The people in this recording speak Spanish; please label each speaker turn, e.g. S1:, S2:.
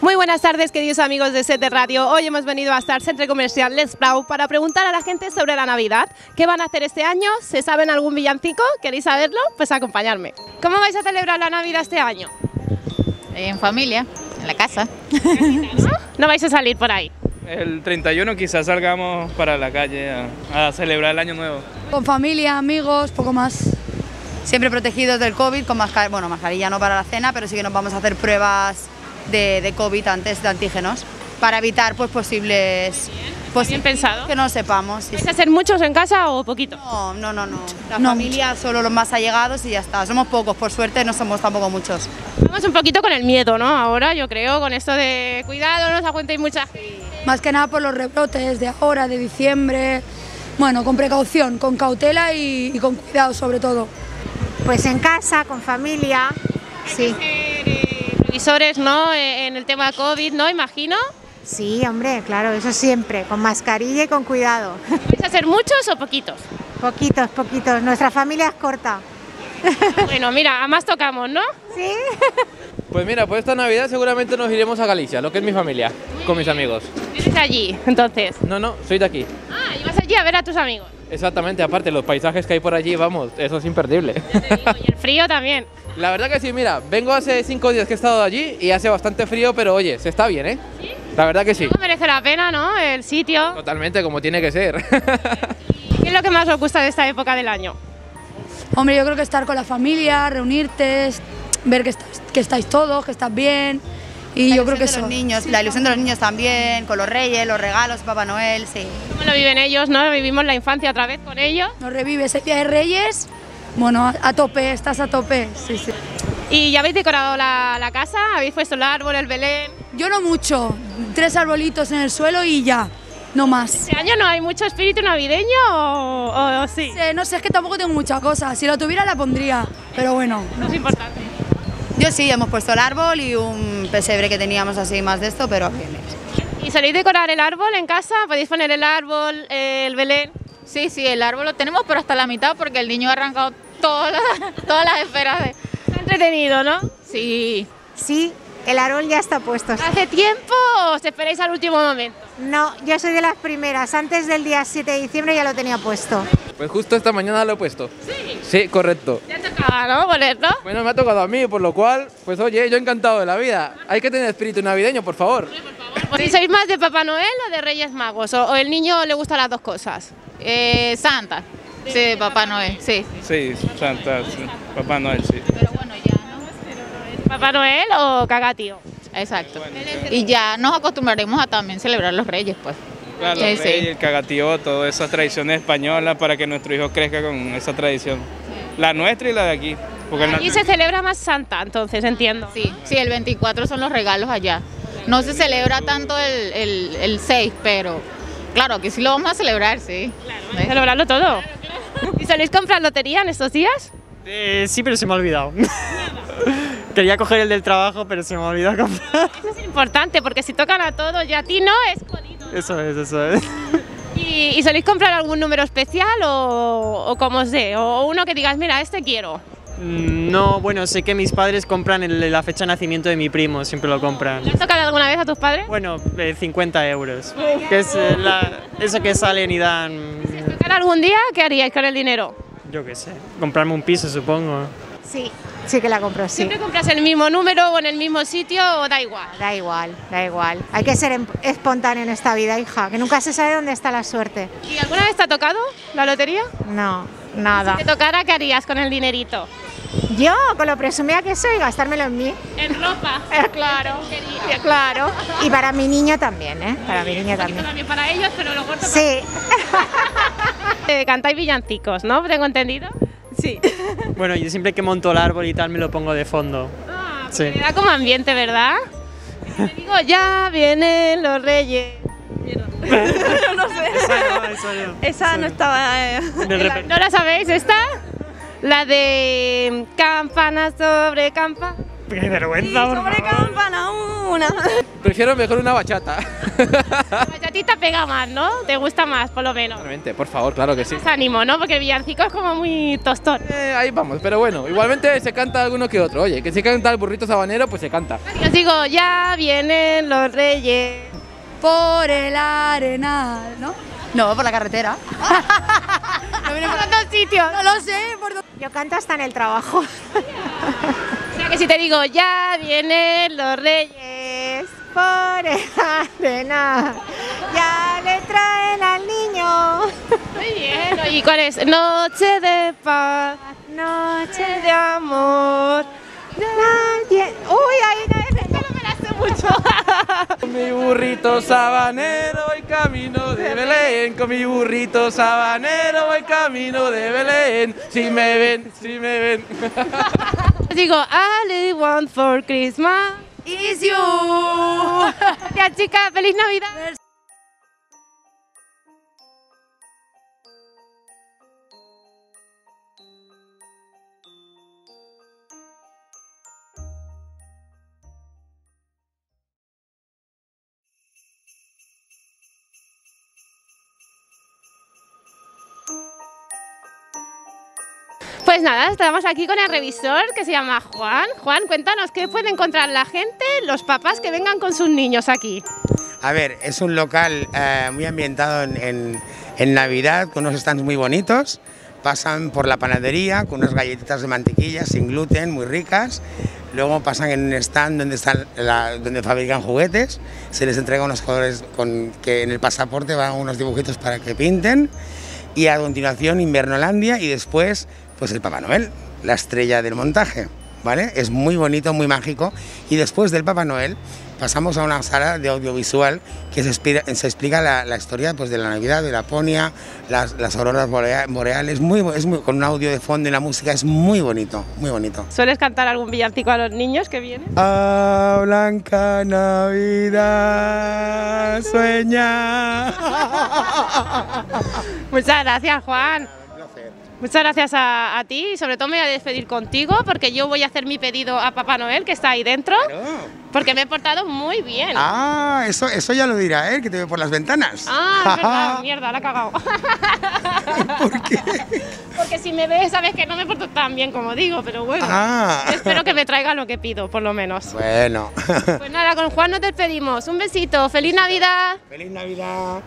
S1: Muy buenas tardes, queridos amigos de SETE Radio. Hoy hemos venido hasta el Centro Comercial Les Plau para preguntar a la gente sobre la Navidad. ¿Qué van a hacer este año? ¿Se saben algún villancico? ¿Queréis saberlo? Pues acompañarme. ¿Cómo vais a celebrar la Navidad este año?
S2: En familia, en la casa.
S1: ¿No vais a salir por ahí?
S3: El 31 quizás salgamos para la calle a, a celebrar el año nuevo.
S4: Con familia, amigos, poco más. Siempre protegidos del COVID, con mascarilla, bueno, mascarilla no para la cena, pero sí que nos vamos a hacer pruebas de, de COVID antes de antígenos para evitar pues posibles pues
S1: bien pensado.
S4: que no sepamos. sí,
S1: ¿Vais
S4: sí.
S1: a hacer muchos en casa o poquito?
S4: No, no, no, no. La
S2: No
S4: familia solo los más allegados y ya está. Somos pocos, por suerte no somos tampoco muchos.
S1: Vamos un poquito con el miedo, ¿no? Ahora yo creo, con esto de cuidado, no os aguantéis mucha
S5: Más que nada por los rebrotes de ahora, de diciembre. Bueno, con precaución, con cautela y, y con cuidado sobre todo.
S6: Pues en casa, con familia, sí.
S1: Visores, ¿no? Eh, En el tema COVID, ¿no? Imagino.
S6: Sí, hombre, claro, eso siempre, con mascarilla y con cuidado.
S1: ¿Vais a hacer muchos o poquitos?
S6: Poquitos, poquitos, nuestra familia es corta.
S1: Bueno, mira, a más tocamos, ¿no?
S6: Sí.
S7: Pues mira, pues esta Navidad seguramente nos iremos a Galicia, lo que es mi familia, con mis amigos.
S1: Eres allí, entonces.
S7: No, no, soy de aquí.
S1: Ah, y vas allí a ver a tus amigos.
S7: Exactamente, aparte los paisajes que hay por allí, vamos, eso es imperdible.
S1: Y el frío también.
S7: La verdad que sí, mira, vengo hace cinco días que he estado allí y hace bastante frío, pero oye, se está bien, ¿eh? La verdad que sí.
S1: No merece la pena, ¿no? El sitio.
S7: Totalmente, como tiene que ser.
S1: ¿Qué es lo que más os gusta de esta época del año?
S5: Hombre, yo creo que estar con la familia, reunirte, es- ver que, estás- que estáis todos, que estás bien. Y
S4: La
S5: yo
S4: ilusión
S5: creo que
S4: de
S5: eso.
S4: los niños, la ilusión de los niños también, con los reyes, los regalos, Papá Noel, sí.
S1: ¿Cómo lo viven ellos, no? Vivimos la infancia otra vez con ellos.
S5: Nos revive ese día de Reyes. Bueno, a, a tope, estás a tope. Sí, sí.
S1: ¿Y ya habéis decorado la, la casa? ¿Habéis puesto el árbol, el Belén?
S5: Yo no mucho, tres arbolitos en el suelo y ya, no más.
S1: ¿Este año no hay mucho espíritu navideño o, o- o sí?
S5: Eh, no sé, es que tampoco tengo mucha cosa. Si lo tuviera la pondría, pero bueno.
S1: No es importante.
S4: Yo sí, hemos puesto el árbol y un pesebre que teníamos así más de esto, pero bien, bien.
S1: ¿Y soléis decorar el árbol en casa? ¿Podéis poner el árbol, eh, el Belén?
S2: Sí, sí, el árbol lo tenemos, pero hasta la mitad porque el niño ha arrancado todas las, todas las esferas de...
S1: Está entretenido, ¿no?
S2: Sí,
S6: Sí, el árbol ya está puesto.
S1: ¿Hace tiempo o os esperáis al último momento?
S6: No, yo soy de las primeras, antes del día 7 de diciembre ya lo tenía puesto.
S7: Pues justo esta mañana lo he puesto.
S1: Sí.
S7: Sí, correcto.
S1: Ya tocaba, ¿no? Ponerlo.
S7: Bueno, me ha tocado a mí, por lo cual, pues oye, yo encantado de la vida. Hay que tener espíritu navideño, por favor.
S1: ¿Y sois más de Papá Noel o de Reyes Magos? ¿O, o el niño le gustan las dos cosas?
S2: Eh, Santa. Sí, Papá Noel, sí.
S3: Sí, Santa, sí. Papá Noel, sí.
S2: Pero bueno, ya no.
S1: ¿Papá Noel o cagatío?
S2: Exacto. Y ya nos acostumbraremos a también celebrar los reyes, pues.
S3: Claro,
S2: Sí,
S3: el,
S2: sí.
S3: rey, el cagatío, todas esas tradiciones españolas para que nuestro hijo crezca con esa tradición. La nuestra y la de aquí. Porque el-
S1: Y Ah, se celebra más Santa, entonces, entiendo.
S2: Sí, sí, el 24 son los regalos allá. No se celebra tanto el, el, el 6, pero claro, aquí sí lo vamos a celebrar, sí.
S1: Hay que Celebrarlo todo. ¿Y soléis comprar lotería en estos días?
S8: Eh, sí, pero se me ha olvidado. Quería coger el del trabajo, pero se me ha olvidado comprar.
S1: Eso es importante, porque si tocan a todos y a ti no, es jodido.
S8: Eso es, eso es.
S1: ¿Y, y soléis comprar algún número especial o, o como os dé? O uno que digas, mira, este quiero.
S8: Mm, No, bueno, sé que mis padres compran el- la fecha de nacimiento de mi primo, siempre lo compran.
S1: ¿Le has tocado alguna vez a tus padres?
S8: Bueno, eh, 50 euros. Que es eh, la- eso que salen y dan.
S1: ¿Tocar algún día? ¿Qué haríais con el dinero?
S8: Yo qué sé. Comprarme un piso, supongo.
S6: Sí, sí que la compro, sí.
S1: ¿Siempre compras el mismo número o en el mismo sitio o da igual?
S6: Da igual, da igual. Hay que ser em- espontáneo en esta vida, hija, que nunca se sabe dónde está la suerte.
S1: ¿Y alguna vez te ha tocado la lotería?
S6: No, nada.
S1: Si te tocara, ¿qué harías con el dinerito?
S6: Yo, con lo presumida que soy, gastármelo en mí.
S1: En ropa. Eh, claro.
S6: Claro. Y para mi niño también, ¿eh? Para mi niño también.
S1: también para ellos, pero lo corto
S6: Sí,
S1: eh, cantáis villancicos, ¿no? ¿Tengo entendido?
S9: Sí.
S8: Bueno, yo siempre que monto el árbol y tal me lo pongo de fondo.
S1: Ah,
S8: Sí.
S1: Le da como ambiente, ¿verdad? Te digo, ya vienen los reyes.
S9: no sé.
S8: Esa no, esa no.
S9: Esa no estaba. eh.
S8: En el reper-
S1: ¿No la sabéis esta? La de campana sobre campa.
S8: Qué vergüenza, por
S9: sobre
S8: favor.
S9: campana una.
S7: Prefiero mejor una bachata.
S1: Pues a ti te pega más, ¿no? Te gusta más, por lo menos.
S7: Realmente, por favor, claro que sí.
S1: Más ánimo, ¿no? Porque el villancico es como muy tostón.
S7: Eh, ahí vamos, pero bueno, igualmente se canta alguno que otro. Oye, que se canta el burrito sabanero, pues se canta.
S1: Yo digo, ya vienen los reyes.
S5: Por el arenal, ¿no?
S4: No, por la carretera.
S1: Por dos sitios.
S5: No lo sé, por dónde-
S6: Yo canto hasta en el trabajo.
S1: O sea que si te digo, ya vienen los reyes.
S6: Es por el arenal, ya le traen al niño.
S1: Muy bien. ¿Y cuál es? Noche de paz,
S6: Noche
S1: noche de amor.
S6: de... Nadie... Uy, ahí no me la sé mucho.
S7: Con mi burrito sabanero voy camino de Belén. Con mi burrito sabanero voy camino de Belén. Si me ven, si me ven.
S1: Yo digo, all I want for Christmas.
S5: Is you.
S1: Gracias, chicas. Feliz Navidad. Pues nada, estamos aquí con el revisor que se llama Juan. Juan, cuéntanos qué puede encontrar la gente, los papás que vengan con sus niños aquí.
S10: A ver, es un local eh, muy ambientado en, en- en Navidad, con unos stands muy bonitos. Pasan por la panadería con unas galletitas de mantequilla sin gluten, muy ricas. Luego pasan en un stand donde, están la- donde fabrican juguetes. Se les entrega unos colores con que en el pasaporte van unos dibujitos para que pinten. Y a continuación Invernolandia y después pues el Papá Noel, la estrella del montaje. ¿Vale? Es muy bonito, muy mágico. Y después del Papá Noel pasamos a una sala de audiovisual que se, expira- se explica la, la historia pues, de la Navidad, de la Ponia, las, las auroras borea- boreales, muy, bo- es muy- con un audio de fondo y la música, es muy bonito, muy bonito.
S1: ¿Sueles cantar algún villancico a los niños que vienen?
S10: Ah, Blanca Navidad, sueña.
S1: Muchas gracias, Juan. Muchas gracias a, a ti y sobre todo me voy a despedir contigo porque yo voy a hacer mi pedido a Papá Noel que está ahí dentro porque me he portado muy bien. Ah,
S10: Ah, eso, eso ya lo dirá él, que te ve por las ventanas.
S1: Ah, es verdad, mierda, la he cagado.
S10: ¿Por qué?
S1: Porque si me ves sabes que no me porto tan bien como digo, pero bueno.
S10: Ah.
S1: Espero que me traiga lo que pido, por lo menos.
S10: Bueno.
S1: Pues nada, con Juan nos despedimos. Un besito, feliz Navidad.
S10: Feliz Navidad.